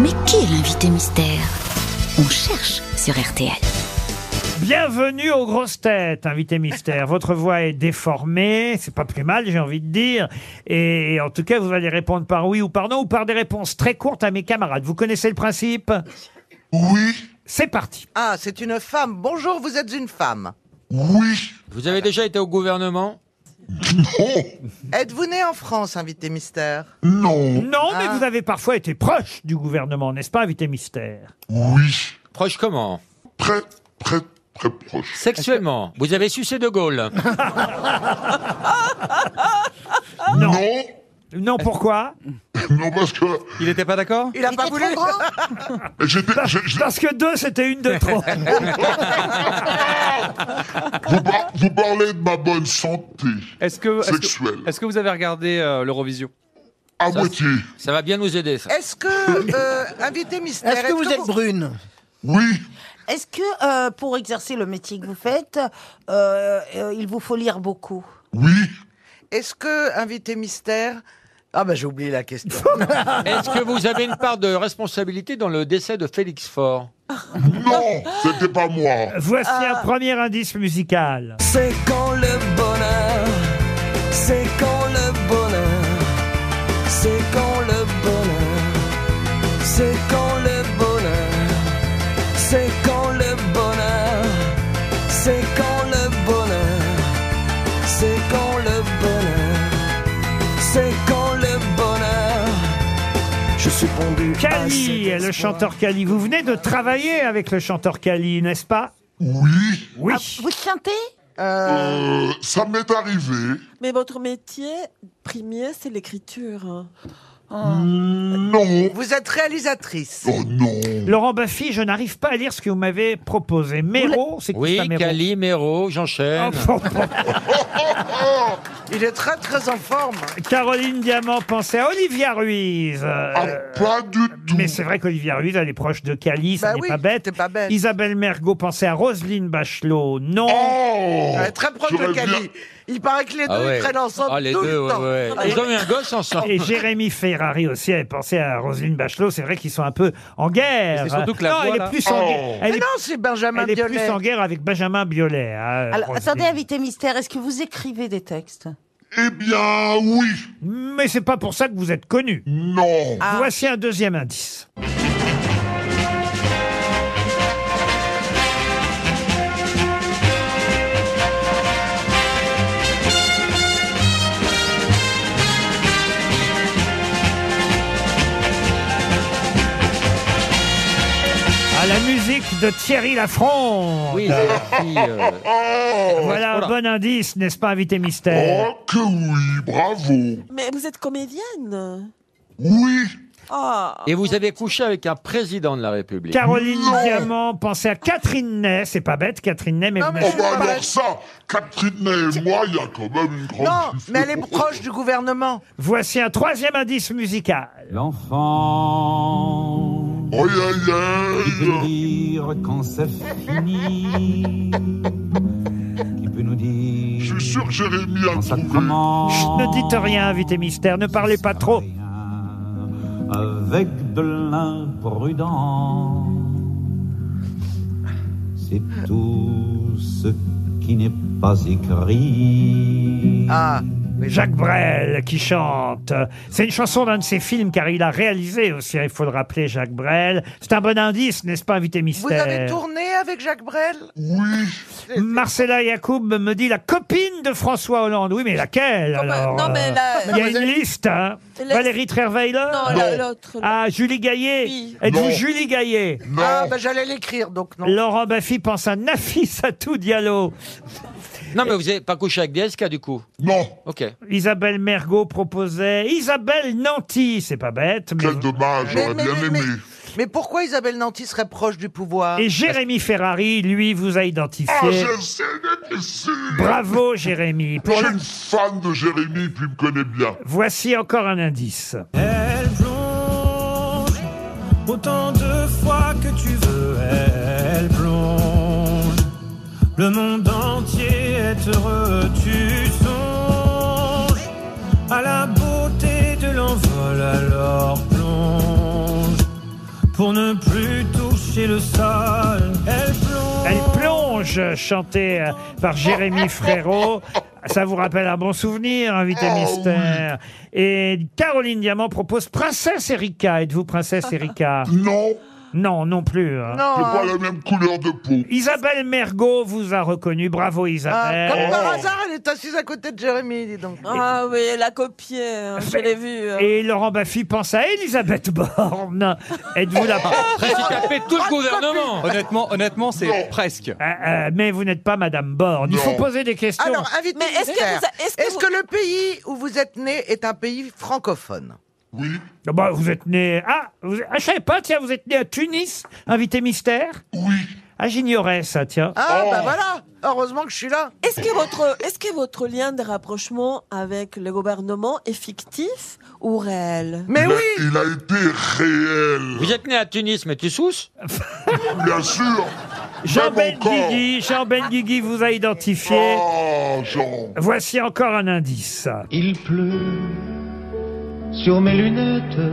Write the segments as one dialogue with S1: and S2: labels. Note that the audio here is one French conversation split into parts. S1: Mais qui est l'invité mystère On cherche sur RTL.
S2: Bienvenue aux grosses têtes, invité mystère. Votre voix est déformée, c'est pas plus mal, j'ai envie de dire. Et en tout cas, vous allez répondre par oui ou par non, ou par des réponses très courtes à mes camarades. Vous connaissez le principe
S3: Oui,
S2: C'est parti.
S4: Ah, c'est une femme. Bonjour, vous êtes une femme.
S3: oui, Oh,
S5: Vous avez déjà été au gouvernement
S4: Êtes-vous né en France, invité mystère
S3: non,
S2: Non, mais
S4: Ah.
S2: vous avez parfois été proche du gouvernement, n'est-ce pas, invité mystère
S3: oui,
S5: Proche comment
S3: très, très, très proche.
S5: Sexuellement Vous avez sucé De Gaulle
S2: Ah, Non.
S3: Non,
S2: Non, pourquoi
S3: non parce que
S5: Il n'était pas d'accord
S4: Il a pas voulu
S3: j'étais, j'ai- j'ai-
S2: Parce que deux, c'était une de trop.
S3: vous, par- vous parlez de ma bonne santé
S6: Est-ce que, est-ce
S3: sexuelle,
S6: que, est-ce que vous avez regardé euh, l'Eurovision
S3: à moitié.
S5: Ça va bien nous aider, ça.
S4: Est-ce que, euh, invité mystère, est-ce que vous êtes brune
S3: Oui,
S7: Est-ce que euh, pour exercer le métier que vous faites, euh, euh, il vous faut lire beaucoup
S3: oui,
S4: Est-ce que, invité mystère Ah, bah j'ai oublié la question.
S5: Est-ce que vous avez une part de responsabilité dans le décès de Félix Faure
S3: non,
S2: Ah.
S3: c'était pas moi.
S2: Voici un premier indice musical.
S8: C'est quand le bonheur, c'est quand le bonheur, c'est quand le bonheur, c'est quand le bonheur, c'est quand le bonheur, c'est quand le bonheur, c'est quand le bonheur, c'est quand le bonheur. Je suis pendu. à
S2: Kali,
S8: cet
S2: le
S8: espoir.
S2: chanteur Kali. Vous venez de travailler avec le chanteur Kali, n'est-ce pas
S3: Oui,
S2: Oui.
S7: Vous chantez
S4: Euh,
S3: euh, ça m'est arrivé.
S9: Mais votre métier premier, c'est l'écriture.
S3: Non,
S4: vous êtes réalisatrice.
S3: oh non.
S2: Laurent Baffy, je n'arrive pas à lire ce que vous m'avez proposé. Méro, c'est qui
S5: Oui,
S2: ça, Méro
S5: Cali, Méro, j'enchaîne.
S4: Il est très très en forme.
S2: Caroline Diamant pensait à Olivia Ruiz. euh,
S3: Ah, pas du tout.
S2: mais c'est vrai qu'Olivia Ruiz, elle est proche de Cali, ça
S4: Bah
S2: n'est
S4: oui,
S2: pas bête.
S4: t'es pas bête.
S2: Isabelle Mergot pensait à Roselyne Bachelot. Non.
S4: Eh.
S3: Oh
S4: Ouais, Euh, très proche de
S3: J'aurais bien-
S4: Cali. Il paraît que les deux
S5: Ah ouais.
S4: ils traînent ensemble
S5: Ah, les
S4: tout
S5: deux,
S4: le
S5: ouais,
S4: temps.
S5: ouais. Ils ont eu un gosse ensemble.
S2: Et Jérémy Ferrari aussi avait pensé à Roselyne Bachelot. C'est vrai qu'ils sont un peu en guerre.
S6: Mais c'est surtout que la
S2: non,
S6: voix,
S2: elle est
S6: là.
S2: plus en
S3: Oh.
S2: guerre. Elle
S4: Mais
S2: est,
S4: non, c'est Benjamin
S2: elle est
S4: Biolay.
S2: plus en guerre avec Benjamin Biolay. hein,
S7: Alors,
S2: Roselyne.
S7: attendez, invité mystère, est-ce que vous écrivez des textes
S3: Eh bien, oui,
S2: Mais c'est pas pour ça que vous êtes connu.
S3: non.
S2: Voici un deuxième indice. À la musique de Thierry Lafronde.
S5: Oui, c'est aussi, euh,
S3: Oh,
S2: Voilà un
S5: Voilà.
S2: bon indice, n'est-ce pas, invité mystère
S3: oh que oui, bravo.
S9: Mais vous êtes comédienne.
S3: Oui,
S9: Ah.
S5: Et vous avez couché avec un président de la République.
S2: Caroline
S3: Non.
S2: Diamant, pensez à Catherine Ney. C'est pas bête, Catherine Ney, mais
S4: Non,
S2: vous
S4: mais
S3: Oh
S2: n'avez-
S3: bah
S4: Ouais.
S3: alors ça, Catherine Ney et moi, il y a quand même une grande
S4: Non, mais elle est
S3: différence.
S4: proche du gouvernement.
S2: voici un troisième indice musical.
S8: L'enfant
S3: Oh yeah,
S8: qui peut nous
S3: yeah, yeah.
S8: dire quand c'est fini, qui peut nous dire
S3: Je suis sûr que Jérémy a
S8: quand ça
S3: trouvé.
S8: commence.
S2: Chut, ne dites rien, invité mystère, ne parlez pas trop.
S8: Avec de l'imprudent, c'est tout ce qui n'est pas écrit.
S4: Ah,
S2: Jacques Brel qui chante. C'est une chanson d'un de ses films car il a réalisé aussi, il faut le rappeler, Jacques Brel. C'est un bon indice, n'est-ce pas, invité
S4: vous
S2: mystère
S4: avez tourné avec Jacques Brel
S3: Oui,
S2: Marcella Yacoub me dit la copine de François Hollande. Oui, mais laquelle
S9: Non, mais-
S2: alors
S9: non, mais
S2: euh,
S9: la-
S2: Il y a une liste, hein.
S9: La-
S2: Valérie Trierweiler
S9: Non, la- l'autre.
S2: Ah, Julie Gaillet
S9: Oui.
S2: Êtes-vous
S3: Non.
S2: Julie Gaillet
S3: non.
S4: Ah, bah j'allais l'écrire, donc non.
S2: Laurent Baffy pense à Nafi Satou Diallo.
S5: Non, mais vous n'avez pas couché avec DSK, du coup.
S3: Non,
S5: Ok.
S2: Isabelle Mergot proposait Isabelle Nanty. C'est pas bête, mais.
S3: quel dommage,
S4: Mais-
S3: j'aurais
S4: mais-
S3: bien
S4: mais-
S3: aimé.
S4: Mais pourquoi Isabelle Nanty serait proche du pouvoir
S2: Et Jérémy Ferrari, lui, vous a identifié.
S3: Ah, je sais, j'étais sûr.
S2: Bravo, Jérémy.
S3: Je
S2: Pour
S3: suis
S2: le-
S3: une fan de Jérémy, puis il me connaît bien.
S2: Voici encore un indice.
S8: Elle plonge autant de fois que tu veux. Elle plonge. Le monde entier est heureux. Tu songes à la beauté de l'envol. Alors plonge.
S10: pour ne plus toucher le sol. Elle plonge.
S2: Elle plonge, chantée euh, par Jérémy Frérot. Ça vous rappelle un bon souvenir, invité
S3: Oh,
S2: mystère. Et Caroline Diamant propose Princesse Erika. Êtes-vous Princesse Erika
S3: Non,
S2: Non, non plus. hein.
S3: c'est
S4: Oh. euh,
S3: pas la même couleur de peau.
S2: Isabelle Mergot vous a reconnu. Bravo
S4: Ah,
S2: Isabelle.
S4: comme par hasard, elle est assise à côté de Jérémy, dis donc.
S9: Ah oui, elle a copié, hein, je l'ai vu. hein.
S2: Et Laurent Baffy pense à Elisabeth Borne. Êtes-vous la
S5: Précipité tout le gouvernement.
S6: Honnêtement, honnêtement, c'est
S3: Non.
S6: presque.
S2: Ah, ah, mais vous n'êtes pas Madame Borne. Il faut
S3: Non.
S2: poser des questions.
S4: Alors, invité
S9: Mais est-ce que
S4: mystère,
S9: vous a- est-ce
S4: est-ce
S9: que vous-
S4: que le pays où vous êtes né est un pays francophone
S3: Oui,
S2: Ah bah, vous êtes né. Ah, vous... ah, je savais pas, tiens, vous êtes né à Tunis, invité mystère
S3: oui.
S2: Ah, j'ignorais ça, tiens.
S4: Ah,
S3: Oh.
S4: bah voilà Heureusement que je suis là
S9: Est-ce que, votre, est-ce que votre lien de rapprochement avec le gouvernement est fictif ou réel
S3: Mais
S4: Mais Eh oui
S3: Il a été réel,
S5: Vous êtes né à Tunis, mais tu souces
S3: bien sûr.
S2: Jean
S3: Même encore.
S2: Benguigui, Jean Benguigui vous a identifié.
S3: Ah, Jean.
S2: Voici encore un indice.
S10: Il pleut sur mes lunettes.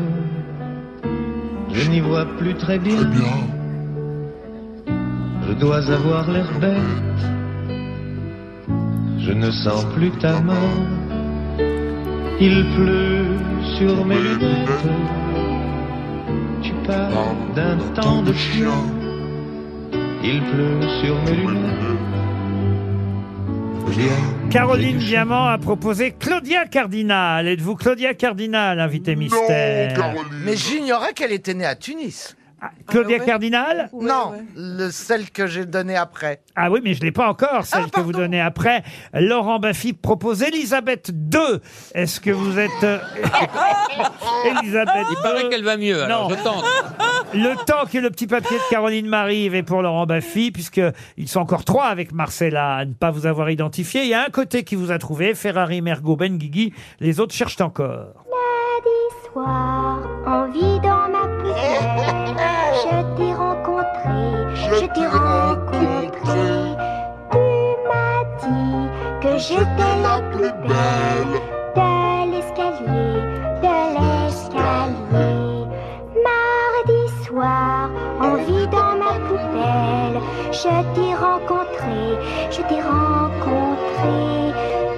S10: Je n'y vois plus très
S3: Très
S10: bien.
S3: bien.
S10: Je dois avoir l'air bête. Je ne sens plus ta main. Il pleut sur mes lunettes. Tu parles d'un Ah, temps de chien. Il pleut sur mes lunettes. Viens.
S2: Caroline Diamant a proposé Claudia Cardinal. Êtes-vous Claudia Cardinal, invité
S3: Non,
S2: mystère
S3: Caroline.
S4: Mais j'ignorais qu'elle était née à Tunis.
S2: Ah, Claudia
S9: Ah ouais.
S2: Cardinal
S9: Ouais,
S4: non,
S9: ouais.
S4: le, celle que j'ai donnée après.
S2: Ah oui, mais je l'ai pas encore, celle que vous donnez après. Laurent Baffy propose Elisabeth II. Est-ce que vous êtes euh, Elisabeth
S5: Il paraît
S2: II
S5: qu'elle va mieux, alors
S2: Non.
S5: je tente.
S2: Le temps que le petit papier de Caroline m'arrive et pour Laurent Baffy, puisque ils sont encore trois avec Marcella à ne pas vous avoir identifié. Il y a un côté qui vous a trouvé, Ferrari, Mergo, Benguigui. Les autres cherchent encore.
S11: Mardi soir, envie dans ma poussière, je t'ai rencontré, je t'ai rencontré. Tu m'as dit que j'étais la plus belle de l'escalier, de l'escalier. Mardi soir, envie dans ma poubelle, je t'ai rencontré, je t'ai rencontré.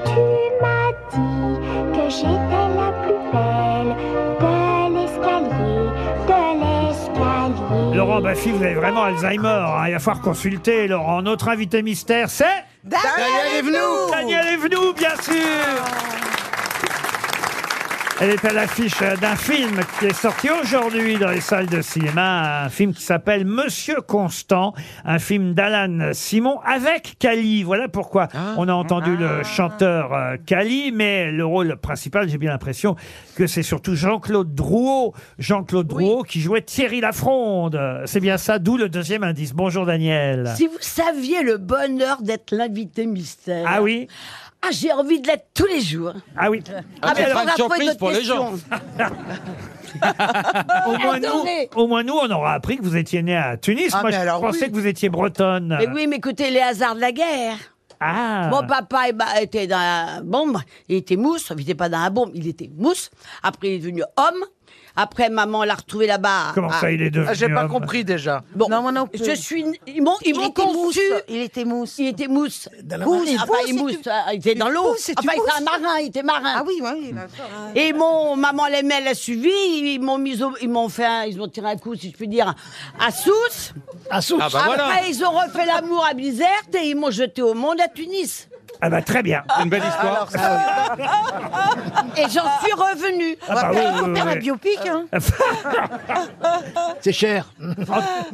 S11: Tu m'as dit que j'étais la plus belle de l'escalier, de l'escalier.
S2: Laurent Baffy, vous avez vraiment Alzheimer. hein. Il va falloir consulter, Laurent. Notre invité mystère, c'est
S4: Daniel Evenou
S2: Daniel Evenou, bien sûr
S11: Oh.
S2: Elle est à l'affiche d'un film qui est sorti aujourd'hui dans les salles de cinéma, un film qui s'appelle Monsieur Constant, un film d'Alan Simon avec Cali. Voilà pourquoi
S11: Ah.
S2: on a entendu le chanteur euh, Cali, mais le rôle principal, j'ai bien l'impression que c'est surtout Jean-Claude Drouot, Jean-Claude Drouot qui jouait Thierry Lafronde. C'est bien ça, d'où le deuxième indice. Bonjour Daniel.
S11: Si vous saviez le bonheur d'être l'invité mystère.
S2: Ah oui,
S11: Ah, j'ai envie de l'être tous les jours.
S2: ah oui.
S5: Ah, c'est
S11: mais
S5: pas une
S11: alors, on a pas
S5: surprise
S11: d'autres
S5: pour les gens.
S11: questions.
S2: Au moins,
S11: Attendez.
S2: nous, au moins nous, on aura appris que vous étiez né à Tunis.
S4: Ah,
S2: Moi,
S4: mais
S2: je
S4: alors,
S2: pensais
S4: oui.
S2: que vous étiez bretonne.
S11: Mais oui, mais écoutez, les hasards de la guerre.
S2: Ah.
S11: Mon papa eh ben, était dans la bombe, il était mousse, il n'était pas dans la bombe, il était mousse. Après, il est devenu homme. Après, maman l'a retrouvé là-bas.
S2: Comment
S11: Ah.
S2: ça, il est devenu
S4: Ah, J'ai pas
S2: homme
S4: compris déjà.
S11: Bon,
S9: Non, moi non plus.
S11: Je suis, ils m'ont, ils
S7: Il
S11: m'ont
S7: était mousse.
S11: conçu.
S7: Il était mousse.
S11: Il était mousse.
S10: la
S11: Mousse,
S10: marine.
S11: enfin, il
S9: Mousse,
S11: mousse,
S9: c'est
S11: ah, il était dans l'eau.
S9: Mousse, c'est une
S11: Enfin, il était un
S9: mousse.
S11: marin, il était marin.
S7: Ah oui, oui. d'accord.
S11: Et mon maman l'aimait, elle l'a suivi. Ils m'ont mis, au- ils m'ont fait, un- ils m'ont tiré un coup, si je puis dire, à Sousse.
S5: Ah bah
S11: Après,
S5: voilà.
S11: ils ont refait l'amour à Bizerte et ils m'ont jeté au monde à Tunis.
S2: Ah bah très bien.
S6: Une belle histoire.
S11: Et j'en suis revenue.
S2: Ah bah oui, oui,
S7: Faire un
S2: oui.
S7: biopic, hein.
S10: C'est cher.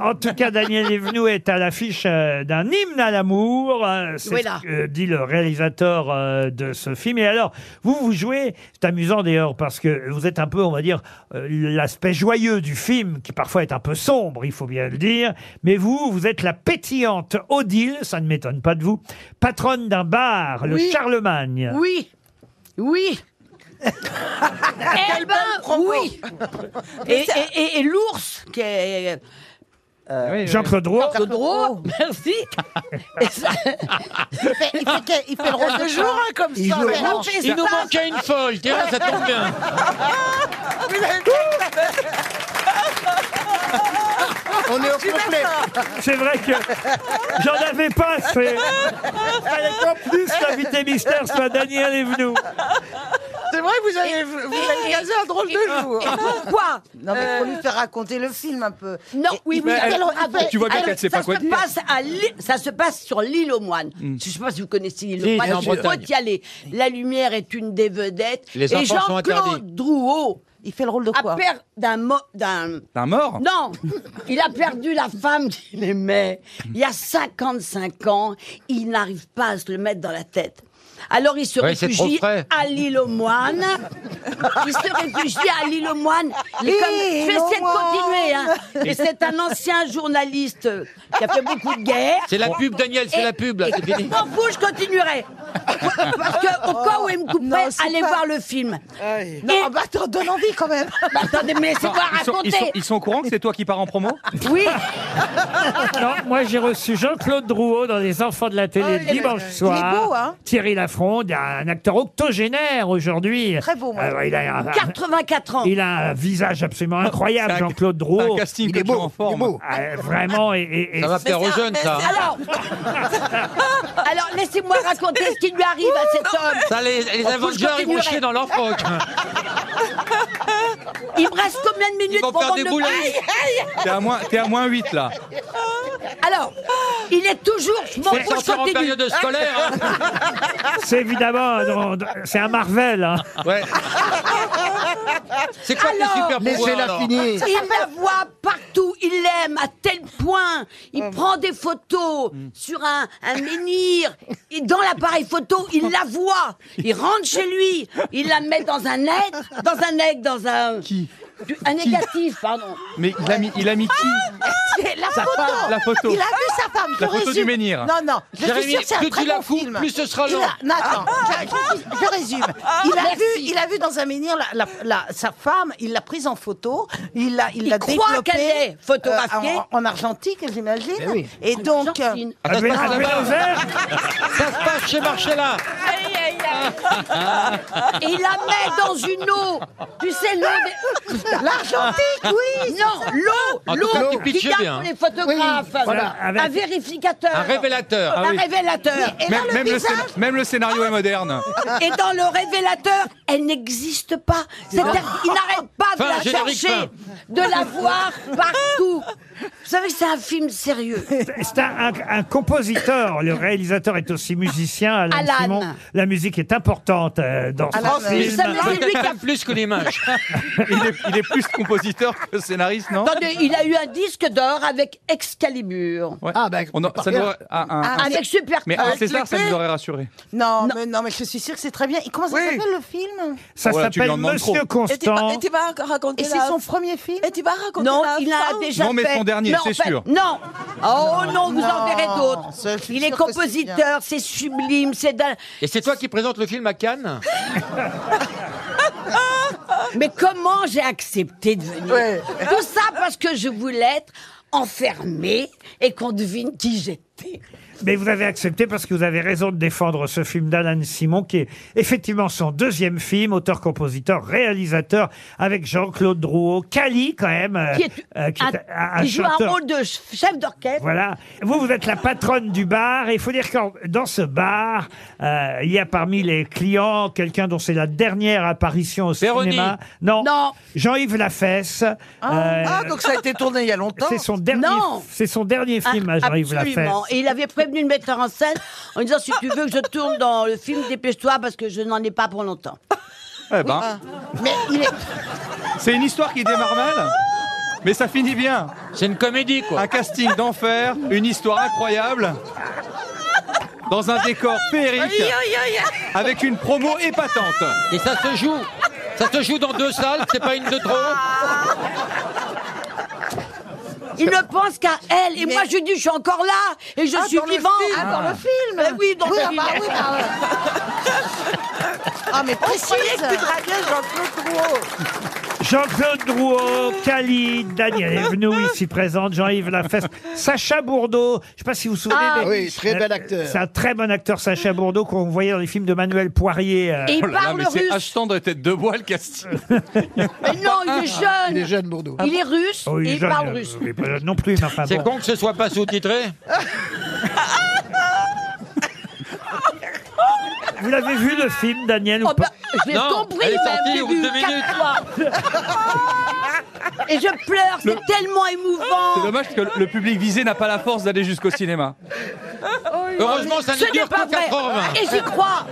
S2: En tout cas, Daniel Evenou est à l'affiche euh, d'un hymne à l'amour. euh, C'est
S11: Voilà.
S2: ce que dit le réalisateur euh, de ce film. Et alors, vous, vous jouez, c'est amusant d'ailleurs, parce que vous êtes un peu, on va dire, euh, l'aspect joyeux du film, qui parfois est un peu sombre, il faut bien le dire. Mais vous, vous êtes la pétillante Odile, ça ne m'étonne pas de vous, patronne d'un bar, le
S11: Oui.
S2: Charlemagne.
S11: Oui, oui. eh ben, oui. Et, et- et- et l'ours qui est
S2: Jean-Claude Roux.
S11: de
S4: Oh,
S11: drôle, merci. Et ça-
S7: Il fait, il fait que- il fait le rôle de jour.
S4: J'aurais comme
S10: Il
S4: ça.
S10: joue
S4: mais-
S10: au
S11: Et
S5: Il nous
S11: ça-
S5: manquait une folle, tiens, ça tombe bien.
S2: te plaît. C'est vrai que j'en avais pas. C'est... En plus, l'invité mystère, ce matin, Daniel est venu.
S4: C'est vrai, vous avez, vous euh, avez gazé un drôle de jour.
S11: pourquoi
S4: Non, mais faut lui faire raconter le film un peu.
S11: Non, oui, oui.
S4: mais elle-
S11: alors, après-
S4: tu vois bien
S11: alors,
S4: qu'elle sait
S11: ça
S4: pas quoi
S11: se
S4: dire. Hmm.
S11: passe à l'île- ça se passe sur l'île aux moines. Je ne sais pas si vous connaissez l'île
S5: Si,
S11: aux moines.
S5: c'est en
S11: Il faut
S5: Bretagne.
S11: y aller. La lumière est une des vedettes.
S5: Les
S11: Et
S5: enfants sont
S11: Jean-Claude
S5: interdits.
S11: Drouot. Il fait le rôle de quoi a per- d'un mo- d'un
S6: D'un mort
S11: Non, il a perdu la femme qu'il aimait. Il y a 55 ans, il n'arrive pas à se le mettre dans la tête. Alors il se
S5: Ouais, c'est trop
S11: réfugie
S5: frais.
S11: à l'île aux moines. Il se réfugie à l'île aux moines. Mais comme- je vais
S4: L'île aux
S11: essayer de continuer. hein. Mais c'est un ancien journaliste euh, qui a fait beaucoup de guerres.
S5: C'est la pub, Daniel, c'est
S11: Et-
S5: la pub, là,
S11: et-
S5: c'est fini.
S11: M'en fous, je continuerai. Parce que au cas où il me couperait,
S4: Non, c'est
S11: allez
S4: pas-
S11: voir le film.
S4: Non, ah bah attends, donne envie quand même.
S11: Bah, attendez, mais c'est pas
S6: Ah, ils, sont,
S11: raconter.
S6: ils sont- ils sont au courant que c'est toi qui pars en promo
S11: Oui.
S2: Non, moi j'ai reçu Jean-Claude Drouot dans Les Enfants de la télé
S4: Ah,
S2: le
S4: il est-
S2: dimanche
S4: il est
S2: soir.
S4: beau, hein
S2: Thierry Lafronde, un acteur octogénaire aujourd'hui.
S4: Très beau, moi.
S2: Alors, il, a un,
S11: 84 ans.
S2: il a un visage absolument incroyable,
S6: C'est un-
S2: Jean-Claude
S6: C'est un
S2: Drouot.
S6: casting que tu en forme.
S2: Ah, vraiment, et, et- et-
S5: Ça va plaire aux jeunes, ça. hein.
S11: Alors, alors laissez-moi raconter ce qui lui arrive à cet homme.
S5: Ça, les, les
S11: Faut que je
S5: Avengers, ils vont
S11: continuerai.
S5: chier dans leur froc.
S11: Il me reste combien de minutes
S5: vont
S11: pour
S5: faire
S11: vendre
S5: des
S11: le
S5: boulettes.
S11: Aïe, aïe.
S6: T'es à, moins- t'es à moins 8 là.
S11: Alors, il est toujours. Je m'en
S5: Faut
S11: fous, je
S5: sortir en
S11: continue.
S5: période scolaire. hein.
S2: c'est évidemment, un- c'est un Marvel. hein.
S5: Ouais. C'est quoi
S11: Alors,
S5: tes super pouvoirs finir.
S11: Il me voit partout, il l'aime à tel point, il prend des photos
S5: Mm.
S11: sur un, un menhir, et dans l'appareil photo, il la voit, il rentre chez lui, il la met dans un être, dans un aigle, dans un...
S6: Qui
S11: du- Un négatif, pardon.
S6: Mais il a mis, il a mis qui
S4: La
S6: Sa
S4: photo.
S6: femme, la photo.
S4: Ah, Il a vu sa femme. je
S6: La photo du
S4: résume.
S6: menhir.
S4: Non, non. Je suis
S5: Jérémy,
S4: sûre que c'est un
S5: plus tu
S4: très
S5: la
S4: bon
S5: fous,
S4: film.
S5: plus ce sera
S4: Il
S5: long.
S4: a- Non, attends. je, je- je résume. Il a, vu, il a vu dans un menhir la- la- la- sa femme. Il l'a prise en photo. Il l'a, il
S11: Il
S4: l'a
S11: croit
S4: développée,
S11: qu'elle est photographiée.
S4: euh, en, en argentique,
S5: Ben
S4: j'imagine. Et donc. euh,
S11: Jean-Christine.
S5: Ah,
S6: Ah,
S5: Ça se passe
S2: Adrien
S5: là-bas.
S2: Adrien
S5: Ça se passe chez Marcella.
S11: Et il la met dans une eau. Tu sais, l'eau. des-
S4: L'argentique, oui.
S11: Non, l'eau,
S5: En tout cas,
S11: l'eau
S5: qui pitchait
S11: garde
S5: bien. hein.
S11: pour les photographes.
S2: Voilà, avec-
S11: Un vérificateur.
S5: Un révélateur.
S11: Un
S5: Ah oui.
S11: révélateur.
S4: Et là,
S6: Même,
S4: le
S6: même le
S4: visage,
S6: scén- même le scénario est moderne.
S11: Et dans le révélateur, elle n'existe pas. C'est-à-dire qu'il n'arrête pas de
S5: Fin,
S11: la
S5: générique,
S11: chercher, de la voir partout. Vous savez que c'est un film sérieux.
S2: C'est un, un- un compositeur. Le réalisateur est aussi musicien. Alain,
S11: Alan.
S2: Simon. La musique est importante euh, dans
S4: Alan,
S2: ce
S4: mais
S11: Vous
S2: film.
S11: savez, c'est lui qui a...
S5: Peut-être plus que l'image.
S6: Il est, il est plus compositeur que scénariste, non
S11: Attendez, il a eu un disque d'or avec Excalibur.
S6: Ouais. On a- ça nous aurait- ah, un- un-
S11: Avec Super
S6: Mais
S5: ah,
S11: Trump.
S6: un César, ça nous aurait rassuré.
S4: euh, Non, mais non, mais je suis sûre que c'est très bien. Et comment ça s'appelle le film
S2: Ça
S6: Voilà, tu lui
S2: s'appelle
S6: en demandes
S2: Monsieur
S9: Et tu, vas-
S2: Constant.
S9: et tu vas raconter
S4: Et c'est
S9: la-
S4: son premier film. Ah,
S9: Et tu vas raconter
S11: Non,
S9: la
S11: il en
S9: fin.
S11: a déjà
S6: Non, mais
S11: fait.
S6: son dernier,
S11: Non,
S6: c'est
S11: fait-
S6: sûr.
S11: Non. Oh non, vous en
S4: Non,
S11: verrez d'autres.
S4: ça, je suis
S11: Il est
S4: sûre que c'est bien.
S11: compositeur, c'est sublime, c'est dingue.
S5: Et c'est toi qui présente le film à Cannes
S11: Mais comment j'ai accepté de venir
S4: Ouais.
S11: Tout ça parce que je voulais être enfermée et qu'on devine qui j'étais.
S2: Mais vous avez accepté parce que vous avez raison de défendre ce film d'Alan Simon, qui est effectivement son deuxième film, auteur, compositeur, réalisateur, avec Jean-Claude Drouot, Cali quand même, euh,
S11: Qui, est-
S2: euh, qui
S11: un-
S2: est un, un
S11: qui joue un
S2: chanteur.
S11: rôle de ch- chef d'orchestre.
S2: Voilà. Vous, vous êtes la patronne du bar. Et il faut dire que dans ce bar, euh, il y a parmi les clients quelqu'un dont c'est la dernière apparition au
S5: Véronique.
S2: cinéma. Non.
S11: Non.
S2: Jean-Yves Lafesse. Euh,
S4: Ah, donc ça a été tourné il y a longtemps.
S2: c'est son dernier.
S11: Non.
S2: C'est son dernier film, à
S11: Ah,
S2: Jean-Yves Lafesse.
S11: absolument. Et il avait prévenu le metteur en scène en disant si tu veux que je tourne dans le film, dépêche-toi parce que je n'en ai pas pour longtemps.
S6: Eh ben,
S4: Mais il est.
S6: c'est une histoire qui démarre mal, mais ça finit bien.
S5: C'est une comédie, quoi.
S6: Un casting d'enfer, une histoire incroyable, dans un décor féerique, avec une promo épatante.
S5: Et ça se joue. Ça se joue dans deux salles, c'est pas une de trop.
S11: Il ne pense qu'à elle. Et
S4: Mais-
S11: moi, je lui dis, je suis encore là et je suis
S4: dans le
S11: vivante.
S4: film. Ah, dans le film.
S11: Eh oui, dans
S4: Oui,
S11: le
S4: ah
S11: film.
S4: bah oui, bah ouais. Ah, mais précise.
S11: croyait que tu
S4: Jean-Claude
S2: Jean-Claude Drouot, Khalid, Daniel Evenou, ici présente, Jean-Yves Lafesse, Sacha Bourdeau, je sais pas si vous vous souvenez.
S12: Ah
S2: mais-
S12: oui, très bel acteur.
S2: C'est un très bon acteur, Sacha Bourdeau, qu'on voyait dans les films de Manuel Poirier. euh,
S11: Et il
S6: Oh là là,
S11: parle
S6: mais c'est
S11: russe.
S6: achetant de tête de bois le casting.
S11: Mais non, il est jeune.
S12: Il est jeune, Bourdeau.
S11: Il est russe
S2: Oh, il est
S11: et il
S2: jeune,
S11: parle
S2: euh,
S11: russe.
S2: oui, pas jeune non plus, mais enfin
S5: C'est
S2: bon.
S5: con que ce soit pas sous-titré
S2: Vous l'avez vu le film, Daniel ou pas
S11: J'ai
S5: Non,
S11: compris
S5: elle est sortie
S11: au même
S5: au bout de
S11: début,
S5: deux minutes.
S11: quatre fois. Et je pleure, c'est tellement
S6: C'est
S11: émouvant.
S6: dommage parce que le public visé n'a pas la force d'aller jusqu'au cinéma.
S5: Heureusement, ça
S11: Ce
S5: ne dure
S11: n'est pas
S5: que
S11: vrai.
S5: 80.
S11: Et j'y crois.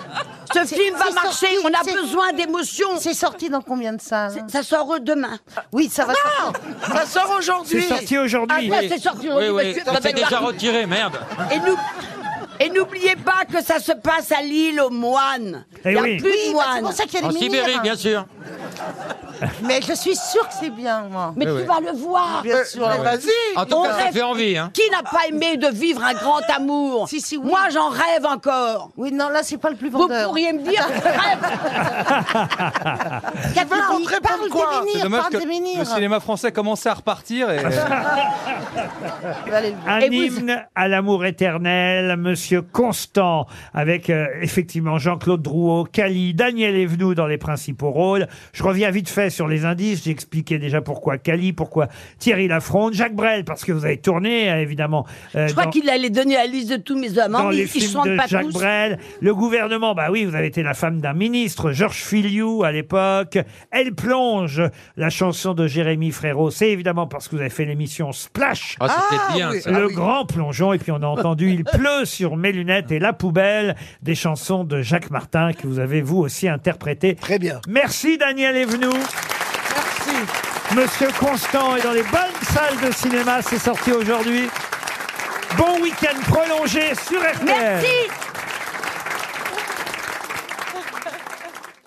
S11: Ce film va
S7: c'est
S11: marcher,
S7: sorti,
S11: on a
S7: c'est-
S11: besoin d'émotions.
S7: C'est sorti dans combien de ça là
S11: Ça sort demain.
S7: Oui, ça va sortir.
S4: Ça sort
S2: C'est
S4: aujourd'hui.
S2: sorti
S11: Ah,
S2: aujourd'hui.
S11: quoi, c'est sorti
S5: Oui,
S11: aujourd'hui,
S5: oui,
S11: monsieur
S5: ça s'est
S11: Babel
S5: déjà
S11: Barthes.
S5: retiré, merde.
S11: Et nous. Et n'oubliez pas que ça se passe à Lille aux moines.
S2: Eh
S11: Il n'y a
S2: oui.
S11: plus
S7: Oui,
S11: de
S7: bah, c'est
S11: moines.
S7: pour ça qu'il y a
S5: En
S7: des
S5: Sibérie,
S7: menhirs.
S5: bien sûr.
S7: Mais je suis sûre que c'est bien, moi.
S2: Eh
S11: Mais tu vas le voir.
S4: Bien
S5: Euh,
S4: sûr, vas-y.
S5: En tout
S11: On
S5: cas, ça
S11: rêve.
S5: fait envie. Hein.
S11: Qui n'a pas aimé de vivre un grand amour
S7: Si, si, oui.
S11: Moi, j'en rêve encore.
S7: Oui, non, là, c'est pas le plus
S11: Vous
S7: vendeur.
S11: pourriez me dire, je rêve.
S7: Quatre
S4: veux
S7: minutes,
S4: montrer
S7: parle
S4: pourquoi
S7: des
S6: C'est
S7: menhirs,
S6: dommage
S7: parle
S6: que
S7: des menhirs.
S6: le cinéma français commençait à repartir et
S7: Allez, le voir.
S2: Un
S11: Et vous-
S2: hymne à l'amour éternel, Monsieur Constant, avec euh, effectivement Jean-Claude Drouot, Cali, Daniel Evenou dans les principaux rôles. Je reviens vite fait sur les indices. J'ai expliqué déjà pourquoi Cali, pourquoi Thierry Lafronde, Jacques Brel, parce que vous avez tourné euh, évidemment. euh,
S11: Je crois
S2: dans-
S11: qu'il allait donner la liste de tous mes amants,
S2: dans
S11: mais
S2: les
S11: ils ne
S2: films de
S11: chantent pas
S2: Jacques
S11: tous.
S2: Brel. Le gouvernement, bah oui, vous avez été la femme d'un ministre, Georges Filiou à l'époque. Elle plonge, la chanson de Jérémy Frérot, c'est évidemment parce que vous avez fait l'émission Splash.
S5: Ah, c'était bien,
S12: oui.
S5: ça.
S2: le grand plongeon, et puis on a entendu Il pleut sur mes lunettes et la poubelle, des chansons de Jacques Martin que vous avez vous aussi interprétées.
S12: Très bien.
S2: Merci Daniel Evenou. Monsieur Constant est dans les bonnes salles de cinéma, c'est sorti aujourd'hui. Bon week-end prolongé sur RTL.
S11: Merci